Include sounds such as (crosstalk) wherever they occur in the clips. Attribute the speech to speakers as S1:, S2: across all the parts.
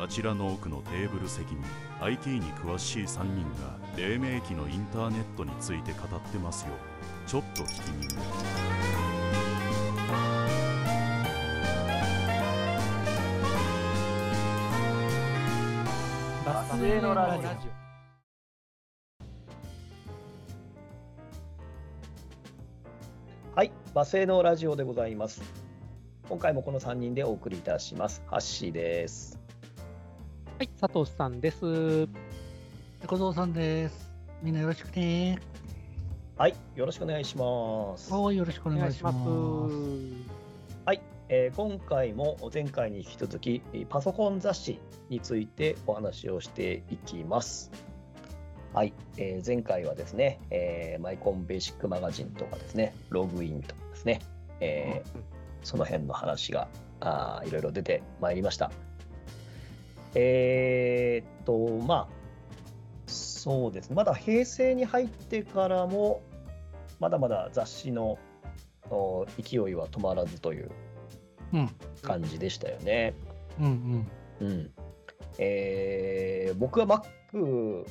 S1: あちらの奥のテーブル席に IT に詳しい3人が黎明期のインターネットについて語ってますよちょっと聞きに
S2: バスへのラジオ
S3: はい、バスへのラジオでございます。今回もこの3人でお送りいたします。ハッシーです。
S2: はい、佐藤さんです。
S4: 小僧さんです。みんなよろしくね。
S3: はい、よろしくお願いします。
S4: おーよろしくお
S2: お
S4: 願いします。
S3: はい、えー今回も前回に引き続きえーパソコン雑誌についてお話をしていきます。はい、えー前回はですね、えーマイコンベーシックマガジンとかですね、ログインとかですね、えーその辺の話があーいろいろ出てまいりました。えーっと、まあ、そうですね、まだ平成に入ってからも、まだまだ雑誌のお勢いは止まらずという
S4: うん、
S3: 感じでしたよね。
S4: うん、うん。
S3: うんえー僕は Mac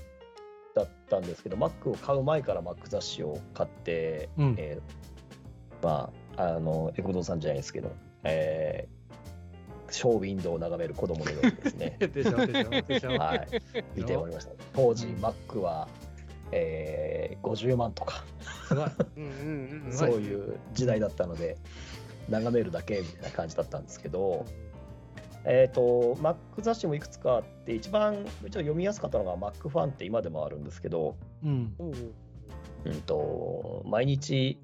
S3: だったんですけど Mac を買う前から Mac 雑誌を買って、
S4: うん、
S3: えーまああのエコドーさんじゃないですけど、えーショーウィンドウを眺める子供のようにですね
S4: でしょ、でしょ、でしょ。
S3: はい、見ておりました当時 Mac は、えー50万とか
S4: すごい。
S2: うんうんうん。
S3: そういう時代だったので眺めるだけみたいな感じだったんですけど、えっ、と Mac 雑誌もいくつかあって一番うちの読みやすかったのが Mac ファンって今でもあるんですけど、
S4: うん、
S2: おう
S3: うん、と毎日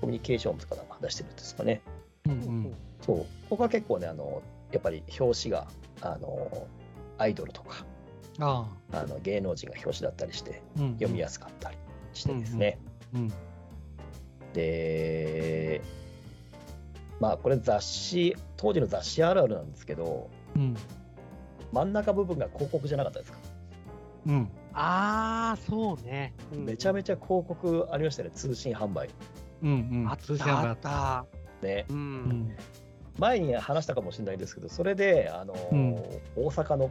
S3: コミュニケーションとかなんか話してるんですかね
S4: うん、う。
S2: おうおうん
S3: そうここが結構ねあのやっぱり表紙があのアイドルとか
S4: あ
S3: あの芸能人が表紙だったりして
S4: あ、うん。
S3: 読みやすかったりしてですね、
S4: うん、
S3: でまあこれ雑誌当時の雑誌あるあるなんですけど
S4: うん、
S3: 真ん中部分が広告じゃなかったですか、
S4: うん。
S2: ああ、そうね。
S3: めちゃ
S2: めち
S3: めちゃ広告ありましたね通信販売
S4: うん、
S2: あ
S4: う
S2: っ
S4: ん。
S2: たあっ。た。
S3: ね
S2: う。
S4: うんん、
S3: 前に話したかもしれないですけどそれであの、
S4: うん
S3: 大阪の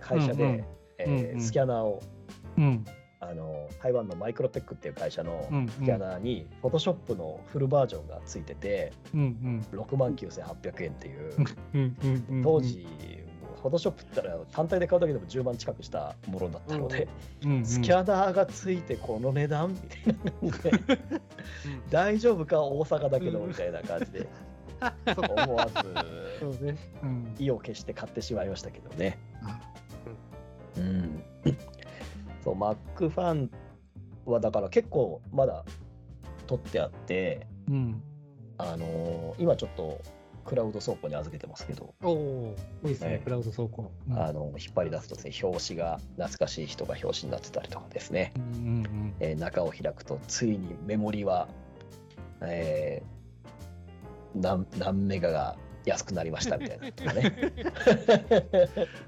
S3: 会社で、
S4: うんうん
S3: えー
S4: うんうん
S3: スキャナーを
S4: うん、
S3: あの台湾のマイクロテックっていう会社
S4: う
S3: の
S4: ん、
S3: スキャナーに、フォトショップのフルバージョンがついてて
S4: うん、うん、
S3: 6万9800円っていう
S4: うん、うん。
S3: 当。時、フォトショップって言ったら単体で買うだけでも10万近くしたものだったので、
S4: うん、
S3: スキャナーがついてこの値段みたいな感じ
S4: (laughs)
S3: で
S2: うん
S3: 大丈夫か大阪だけど
S2: うん
S3: みたいな感
S4: (laughs)
S3: じで思わず
S2: そうね。
S4: うん。
S3: 意を決して買ってしまいましたけどね。うん、そう Mac ファンはだから結構まだ取ってあって、
S4: うん。
S3: あのー今ちょっとクラウド倉庫に預けてますけど、
S2: おお。
S4: いいです
S3: ね
S4: ね、クラウド走行。
S3: あの引っ張り出すとですね表紙が懐かしい人が表紙になってたりとかですね。
S4: うん、うん、
S3: えー中を開くとついにメモリは、えー何何メガが安くなりましたみたいなとか
S4: (laughs)
S3: ね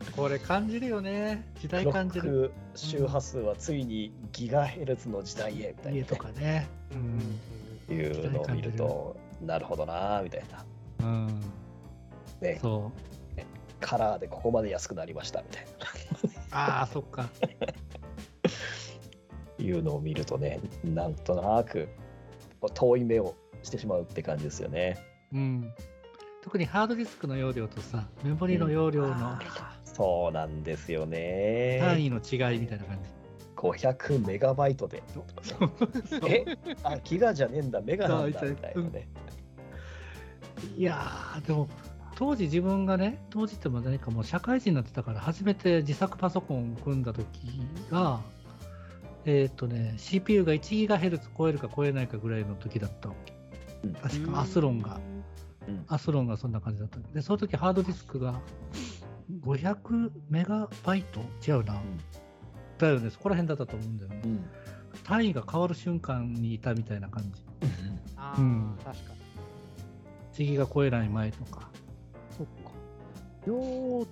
S4: うん。これ感じるよね。時代
S3: ロ
S4: 感
S3: ッ
S4: じる。
S3: ク周波数はついにギガヘルツの時代へみたいな
S4: 家
S3: ね、
S4: とかね。
S2: うん
S4: ん
S3: いうのを見るとなるほどなーみたいな、
S4: うん。
S3: ね、
S4: そう。
S3: カラーでここまで安くなりましたみたい
S4: ああ、そっか。
S3: ないうのを見るとねなんとなく遠い目をしてしまうって感じですよね
S4: うん。特にハードディスクの容量とさ、メモリの容量の
S2: あ
S3: そうなんですよね
S4: 単位の違いみたいな感じ。
S3: 500メガバイトでえあギガじゃねえんだメガなんだ
S4: そう
S3: みたいなね
S4: いやー、でも、当時自分がね、当時っても何かもう社会人になってたから、初めて自作パソコンを組んだ時が、えーっ、とね、CPU が 1GHz 超えるか超えないかぐらいの時だったわけ
S3: うん。
S4: 確かアスロンが、アスロンがそんな感じだった。で、その時ハードディスクが500メガバイト違うな。だよね、そこら辺だったと思うんだよね
S3: う。ん
S4: 単位が変わる瞬間にいたみたいな感じ。
S2: あ
S4: うん
S2: ー、確かに。
S4: 次が超えない前とか。
S2: そっか。よう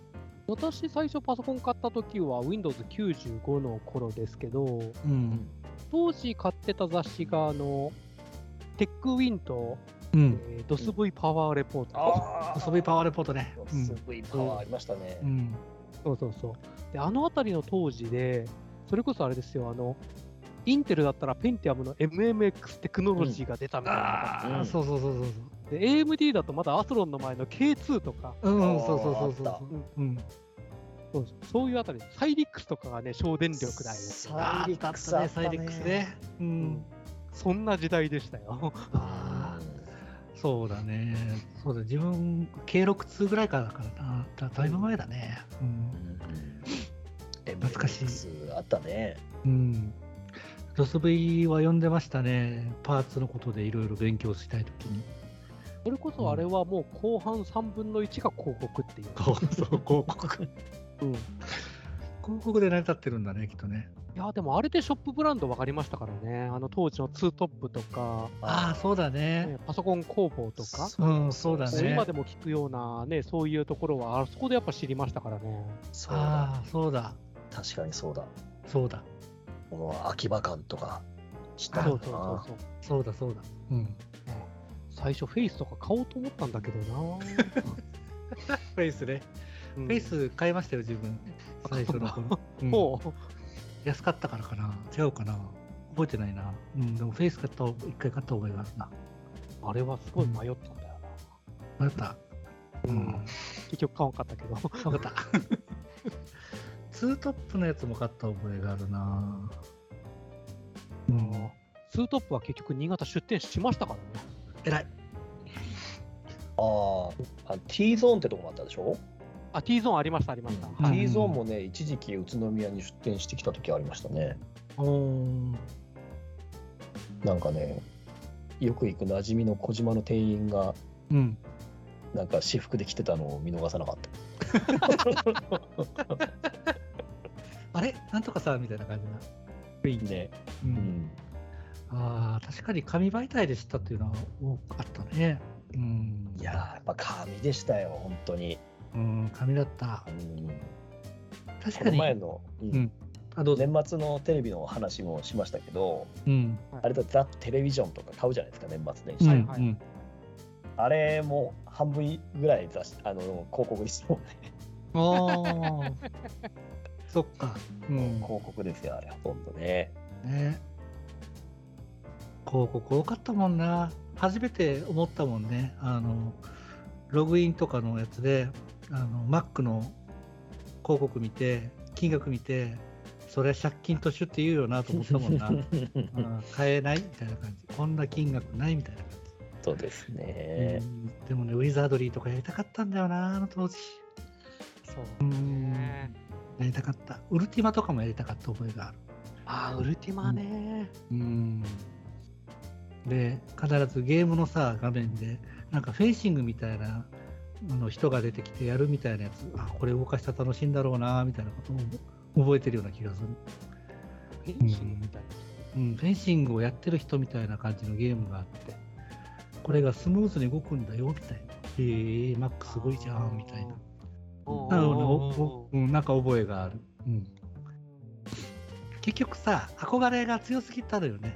S2: 私最初パソコン買った時は Windows95 の頃ですけど、
S4: うん。
S2: 当時買ってた雑誌があの、テックウィンと
S4: うん。
S2: えードス V パワーレポート。
S3: あ
S4: 遊びパワーレポートね。
S3: ー
S4: うん
S3: すごいパワーありましたね。
S4: うん。
S2: そうそうそう。で、あの辺りの当時で、それこそあれですよ、あの、インテルだったらペンティアムの MMX テクノロジーが出たみたいな、
S4: ああ、そうそうそうそうそ
S2: で、AMD だとまだアスロンの前の K2 とか、
S4: う。う
S3: あ
S4: ん、
S3: ー
S4: そうそうそうそう
S3: あっ
S4: そう。うん。
S2: そうそういうあたり、サイリックスとかがね、省電力だよ。
S3: サイリックス
S4: あ
S3: あっ
S4: ったたね、サイ
S3: ね
S4: リックスね。う
S2: うんん。そんな時代でしたよ。
S4: ああ、そうだね。そうだ、自分、K62 ぐらいからだからな。だだいぶ前だね。うん
S3: う。ん
S4: 懐かしい
S3: MX あったね。
S4: うん。ロス V は読んでましたね。パーツのことでいろいろ勉強したいと (laughs) きに。
S2: それこそあれはもう後半3分の1が広告っていう。
S4: そうそう、広告。広
S2: うんい
S4: 告で成り立ってるんだね、きっとね。
S2: や、でもあれでショップブランド分かりましたからね。あの当時のツートップとか、
S4: ああ、そうだね
S2: ね。パソコン工房とか。
S4: うん、そうだね。
S2: 今でも聞くような、ね、そういうところは、あそこでやっぱ知りましたからね。
S3: そうだ。
S4: ああ、そうだ。
S3: 確かにそうだ。
S4: そうだ。
S3: この秋葉館とか知った
S4: あ
S2: そ
S3: の
S2: う
S3: か
S2: そう
S3: な
S2: そうそう。
S4: そうだ、そうだ。うん。
S2: 最初、フェイスとか買おうと思ったんだけど
S4: (laughs)
S2: な。
S4: フェイスね。
S2: フ
S4: フェイス買いましたよ、自分。最初の頃。うん
S2: もう、
S4: 安かったからかな。違うかな。覚えてないな。うん、でもフェイス買った、一回買った覚えがあるな。
S2: あれはすごい迷ったんだよな。
S4: 迷った。うん。
S2: 結局買わんかったけど。 (laughs)
S4: 分かった。 (laughs) ツートップのやつも買った覚えがあるなうん。
S2: ツートップは結局、新潟出店しましたからね。
S4: 偉い。
S3: あーあ T ゾーンってとこもあったでしょ、
S2: あ、T ゾーンありました、ありました。
S4: うん
S3: T ゾーンもね一時期宇都宮に出店してきた時ありましたね
S4: お
S3: なんかねよく行く馴染みの小島の店員が
S4: うん。
S3: なんか私服で着てたのを見逃さなかった
S4: あれなんとかさ、みたいな感じな。
S3: いいね、
S4: う。
S3: うんん、
S4: ああ、確かに紙媒体で知ったっていうのは多かったね。うん。
S3: いやーやっぱ紙でしたよ本当に、
S4: うん、紙だった
S3: う。ん、
S4: 確
S3: こ
S4: か
S3: の
S4: に。
S3: 前の、うん
S4: うんあ、どうぞ。
S3: 年末のテレビの話もしましたけど
S4: うん。
S3: あれだザ・テレビジョンとか買うじゃないですか年末年
S4: うん
S3: 始、
S2: はいはい
S4: うん
S3: あれも半分ぐらい雑誌あの広告ですもんね、
S4: (laughs) ああ。そっか。うん。
S3: 広告ですよあれほとんどね
S4: ね広告多かったもんな初めて思ったもんねあのログインとかのやつであの Mac の広告見て金額見てそれは借金としてって言うよなと思ったもん (laughs) な、うん買えないみたいな感じこんな金額ないみたいな感じ、
S3: そうですね
S4: う。んでもねウィザードリーとかやりたかったんだよなあの当時
S2: そうね。
S4: やりたかったウルティマとかもやりたかった覚えがある
S2: あー、ウルティマね。
S4: うんで必ずゲームのさ画面でなんかフェンシングみたいなあの人が出てきてやるみたいなやつあこれ動かしたら楽しいんだろうなみたいなことを覚えてるような気がする、
S2: フェンシングみたい
S4: うん、フェンシングをやってる人みたいな感じのゲームがあってこれがスムーズに動くんだよみたいなえー、マック
S2: な。
S4: すごいじゃんみたいな
S2: お
S4: な
S2: ー。
S4: んかおうんなんか覚えがある、うん、結局さ憧れが強すぎたのよね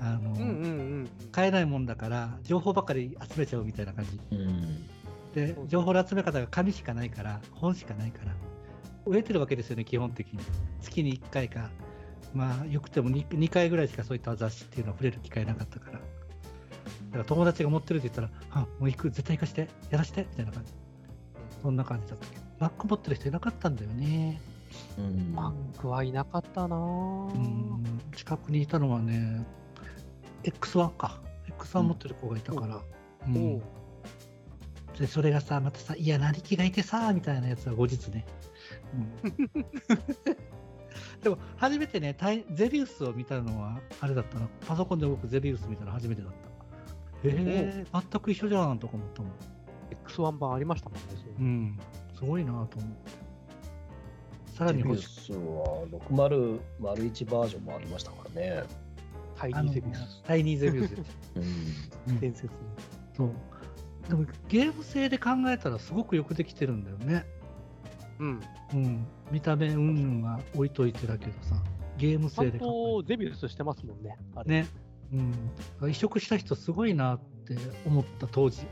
S4: あの、
S2: うんうんうん。
S4: 買えないもんだから情報ばかり集めちゃうみたいな感じ
S3: うん。
S4: で
S2: そう
S4: 情報の集め方が紙しかないから本しかないから売れてるわけですよね基本的に月に1回かまあよくても 2, 2回ぐらいしかそういった雑誌っていうのは触れる機会なかったからだから友達が持ってるって言ったら「あもう行く絶対行かしてやらして」みたいな感じそんな感じだったけど Mac 持ってる人いなかったんだよね
S3: うん
S2: マックはいなかったなぁ
S4: うん近くにいたのはね X1 か X1 持ってる子がいたから、うん
S2: おう
S4: でそれがさまたさ「いやなりきがいてさ」みたいなやつは後日ね、 (laughs) うんでも初めてねタイゼビウスを見たのはあれだったなパソコンで動くゼビウス見たの初めてだったへえ全く一緒じゃんとか思ったもん
S2: X1 版ありましたもんね。そういうの
S4: うんすごいなと思ってさら
S3: ニ
S4: に
S3: ュ
S4: 欲
S3: ー
S4: しい
S3: スは6001バージョンもありましたからね。
S2: タイニ
S4: あの
S2: ーセビス。
S4: タイニーゼビウス
S2: 伝説の。
S4: (laughs) そうでもゲーム性で考えたらすごくよくできてるんだよね
S2: うん。ち
S4: うん見た目うんうんは置いといてだけどさゲー
S2: ゃ
S4: ム性
S2: ん
S4: で考えたら
S2: とゼビウスしてますもんね。あれ
S4: ね、うん、移植した人すごいなっって思った当時。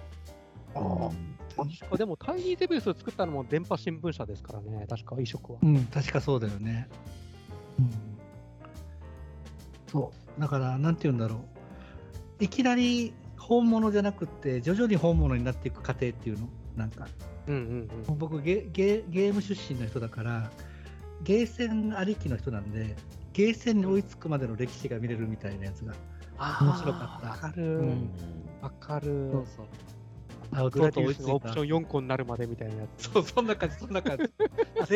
S2: 確かでも、タイニーゼビウスを作ったのも電波新聞社ですからね、確か、移植は
S4: う。ん、確かそうだよね。うん、そう、だから、なんて言うんだろう。いきなり本物じゃなくて、徐々に本物になっていく過程っていうの、なんか、
S2: うんうんうん。
S4: 僕ゲゲ、ゲーム出身の人だから、ゲーセンありきの人なんで、ゲーセンに追いつくまでの歴史が見れるみたいなやつが、
S2: あ
S4: 面白かった
S2: わか
S4: う
S2: る
S4: ん。
S2: わかる。
S4: そう。あ、
S2: グ
S4: と
S2: ラ
S4: う
S2: デ
S4: とう
S2: ィ
S4: 追
S2: ウ
S4: い
S2: ス
S4: つ
S2: の
S4: い
S2: オプ
S4: た
S2: ショ。ン4個になるまでみたいなやつ。
S4: (laughs) そう、そんな感じ、そんな (laughs) 感じ。レ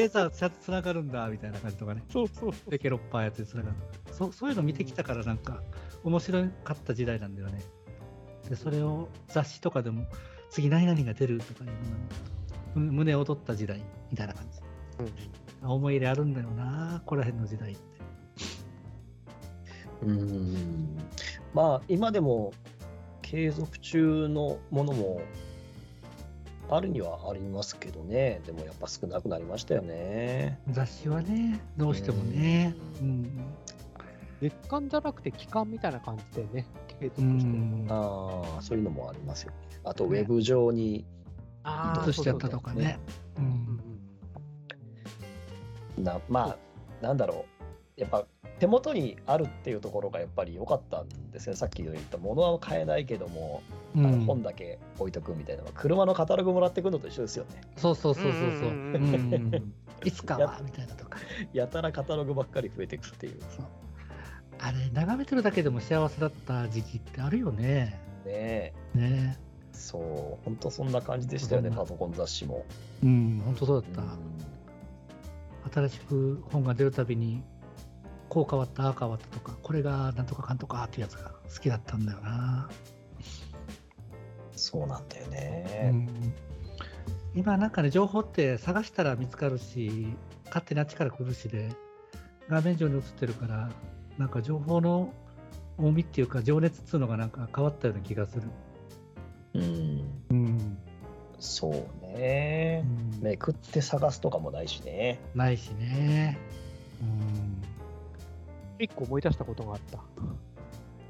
S4: ーザーつつながるんだ、みたいな感じとかね。
S2: そうそう。
S4: でケロッパーやってつながるそうそういうの見てきたからなんか面白かった時代なんだよねでそれを雑誌とかでも次何々が出るとかいうのがむ胸躍った時代みたいな感じ思い入れあるんだよなここら辺の時代って
S3: うんまあ今でも継続中のものもあるにはありますけどねでもやっぱ少なくなりましたよね
S4: 雑誌はねどうしてもねうん
S2: 月間じゃなくて期間みたいな感じでね、継続
S4: う
S2: してる。
S4: ん
S3: ああそういうのもありますよねあとウ
S4: ね
S3: ェブ上に
S2: あー
S4: 落としちゃったとかねう
S2: そうそうそうんん
S3: なまあなんだろうやっぱ手元にあるっていうところがやっぱり良かったんですよねさっき言ったものは買えないけども、
S4: う
S3: あ
S4: ん
S3: の本だけ置いとくみたいなのは車のカタログもらってくるのと一緒ですよね (laughs)
S4: そうそうそうそうそううんうん (laughs) いつかはみたいなとか
S3: やたらカタログばっかり増えていくっていう
S4: そうあれ眺めてるだけでも幸せだった時期ってあるよね
S3: ね
S4: ね
S3: そう本当そんな感じでしたよね
S4: うん
S3: パソコン雑誌も、
S4: うん本当そうだっ
S3: うん
S4: た新しく本が出るたびにこう変わったああ変わったとかこれがなんとかかんとかっていうやつが好きだったんだよな、
S3: そうなんだよ
S4: う
S3: ね、
S4: ん今なんかね情報って探したら見つかるし勝手にあっちから来るしで画面上に映ってるからなんか情報の重みっていうか情熱っつうのがなんか変わったような気がする
S3: うん
S4: うん、
S3: そうねめくって探すとかもないしね
S4: ないしねうん
S2: 一個思い出したことがあった。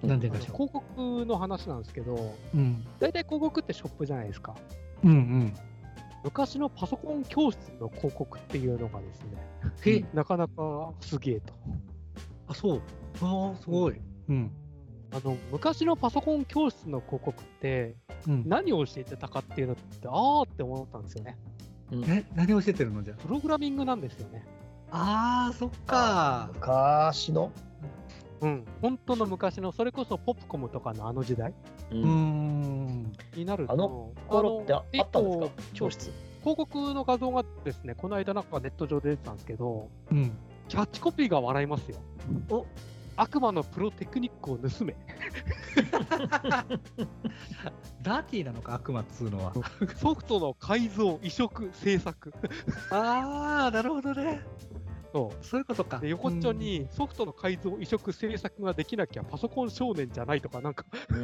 S4: なんで
S2: あの
S4: でしょ
S2: 広告の話なんですけど、
S4: う、うん、
S2: 大体広告ってショップじゃないですか。
S4: うんうん
S2: 昔のパソコン教室の広告っていうのがですね、
S4: え
S2: なかなかすげえと。
S4: あそうああすごいうん
S2: あの昔のパソコン教室の広告って
S4: うん
S2: 何を教えてたかっていうのってああって思ったんですよね。
S4: え何を教えてるのじゃ
S2: プログラミングなんですよね。
S4: ああーそっ
S3: あ昔の
S2: うん、本当の昔のそれこそポップコムとかのあの時代
S4: うーん
S2: になると
S3: あの頃ってああったんですか
S2: 結構
S3: 教室
S2: 広告の画像がですねこの間なんかネット上で出てたんですけど
S4: うん
S2: キャッチコピーが笑いますよ
S4: お
S2: 悪魔のプロテクニックを盗め
S4: ダーティーなのか悪魔っつうのは
S2: ソフトの改造移植制作
S4: ああなるほどね
S2: そ
S4: (laughs) そういうことか
S2: うで横っちょにソフトの改造移植制作ができなきゃパソコン少年じゃないとかなんかハ
S3: ハ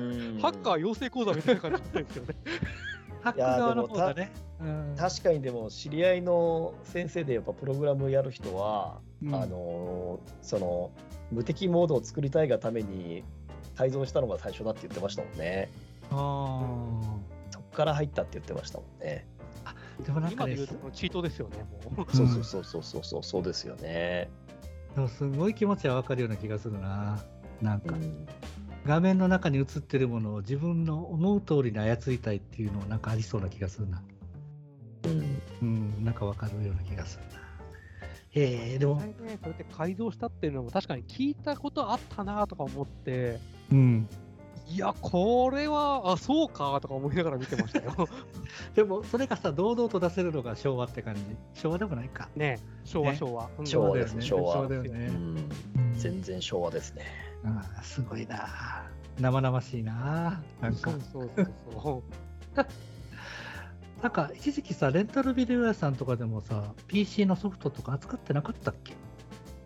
S2: ッカー養成講座みたいな感じなんですよね
S4: うんハック側の方だねうん
S3: 確かにでも知り合いの先生でやっぱプログラムやる人は、
S4: うん
S3: あのーその無敵モードを作りたいがために改造したのが最初だって言ってましたもんね
S4: あ
S3: そこから入ったって言ってましたもんね
S4: ー (laughs) でもなん
S2: 今
S4: か
S2: で
S4: ね
S2: 言うとこのチートですよねもう
S3: そうそうそうそうそうそうそうですよね、
S4: でもすごい気持ちはわかるような気がするななん
S3: う
S4: か
S3: ん、
S4: 画面の中に映ってるものを自分の思う通りに操りたいっていうのはなんかありそうな気がするなうんなんかわかるような気がするなえー、で
S2: 実
S4: も
S2: 際ねこうやって改造したっていうのも確かに聞いたことあったなとか思って
S4: うん
S2: いや、これは、あ、そうかとか思いながら見てました
S4: (laughs)
S2: よ。
S4: でもそれがさ堂々と出せるのが昭和って感じ昭和でもないか
S2: ね昭和、
S4: ね
S2: 昭和。うん
S3: 昭和ですね
S4: 昭
S3: 昭
S4: 和
S3: 和
S4: だよね
S3: う
S4: だよね、
S3: ん、全然昭和ですね
S4: あーすごいな生々しいななん
S2: そ
S4: か
S2: うそうそうそう。
S4: なんか一時期さレンタルビデオ屋さんとかでもさ PC のソフトとか扱ってなかったっけ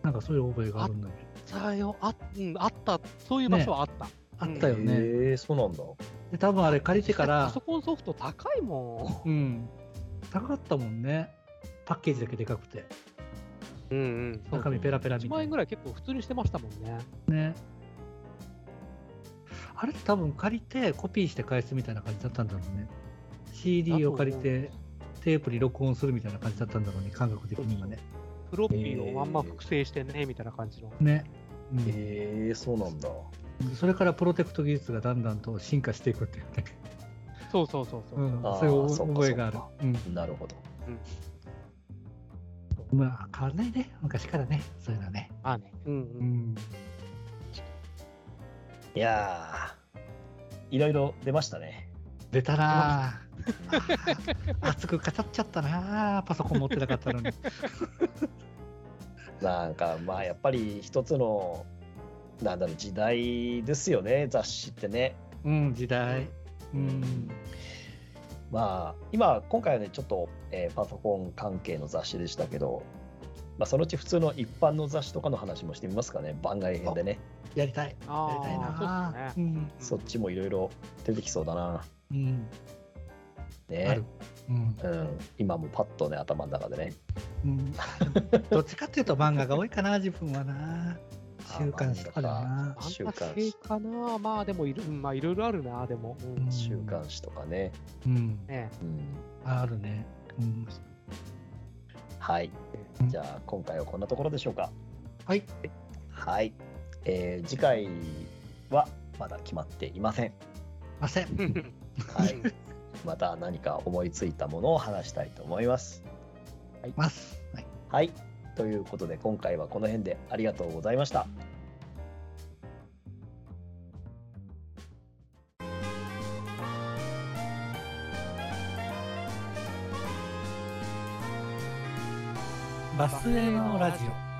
S4: なんかそういう覚えがあるんだけど
S2: じゃあよ、あ,、うん、あった、そういう場所はあった。
S4: あ
S2: あ
S4: ったよね、
S3: へえそうなんだ
S4: で多分あれ借りてか
S2: パ
S4: ら
S2: ソコンソフト高いも
S4: うん高かったもんねパッケージだけでかくて
S2: ん。うんうん。
S4: 中身ペラペラみ
S2: 1
S4: た
S2: 万
S4: い
S2: 円
S4: な
S2: ぐらい結構普通にしてましたもんね。
S4: ねあれって多分借りてコピーして返すみたいな感じだったんだろうね。CD を借り
S2: だと思
S4: てテープに録音するみたいな感じだったんだろうね、感覚的にはね。
S2: フロッピーをまんま複製してね、みたいな感じの。
S4: ね、うん
S3: えー、そうなんだ。
S4: それからプロテクト技術がだんだんと進化していくっていうね、
S2: そうそうそうそう。
S4: うん
S3: あー、
S4: そういう
S3: そっか
S4: 覚えがある
S3: そっか。
S4: うん
S3: なるほど。
S4: まあ変わらないね、昔からね、そういうのはね。
S2: まあね。うんう。
S4: うんん、
S3: いやー、いろいろ出ましたね。
S4: 出たなああー (laughs) 熱く語っちゃったなあパソコン持ってなかったのに。
S3: なんかまあやっぱり一つのなんだろう時代ですよね雑誌ってね。
S4: うん、時代。うん。
S3: まあ今今回はねちょっと、えーパソコン関係の雑誌でしたけど、まあ、そのうち普通の一般の雑誌とかの話もしてみますかね番外編でね
S4: やりたい。やりたい
S2: あ
S4: な
S2: あ、そうっ
S4: あ
S2: すね。
S3: そっちもいろいろ出てきそうだな。
S4: うん。うん。あ
S3: ね
S4: る。うん。
S3: うん、今もパッとね頭の中でね。
S4: うん、 (laughs) どっちかっていうと漫画が多いかな、自分はな。週刊誌とかだな。
S3: 週
S2: 週
S3: 刊誌
S2: 刊誌かなまあでもいろ,、うんまあ、いろいろあるなでも、うん
S4: うん
S3: 週刊誌とかね。
S4: うん。
S2: ね
S3: うん、
S4: あるね。うん。
S3: はい
S4: うん
S3: じゃあ今回はこんなところでしょうか。
S4: はい。
S3: はい、えー次回はまだ決まっていません。
S4: ません。
S3: はい、また何か思いついたものを話したいと思います。
S4: ます。はい。
S3: はい、ということで今回はこの辺でありがとうございました。
S4: バスへのラジオ。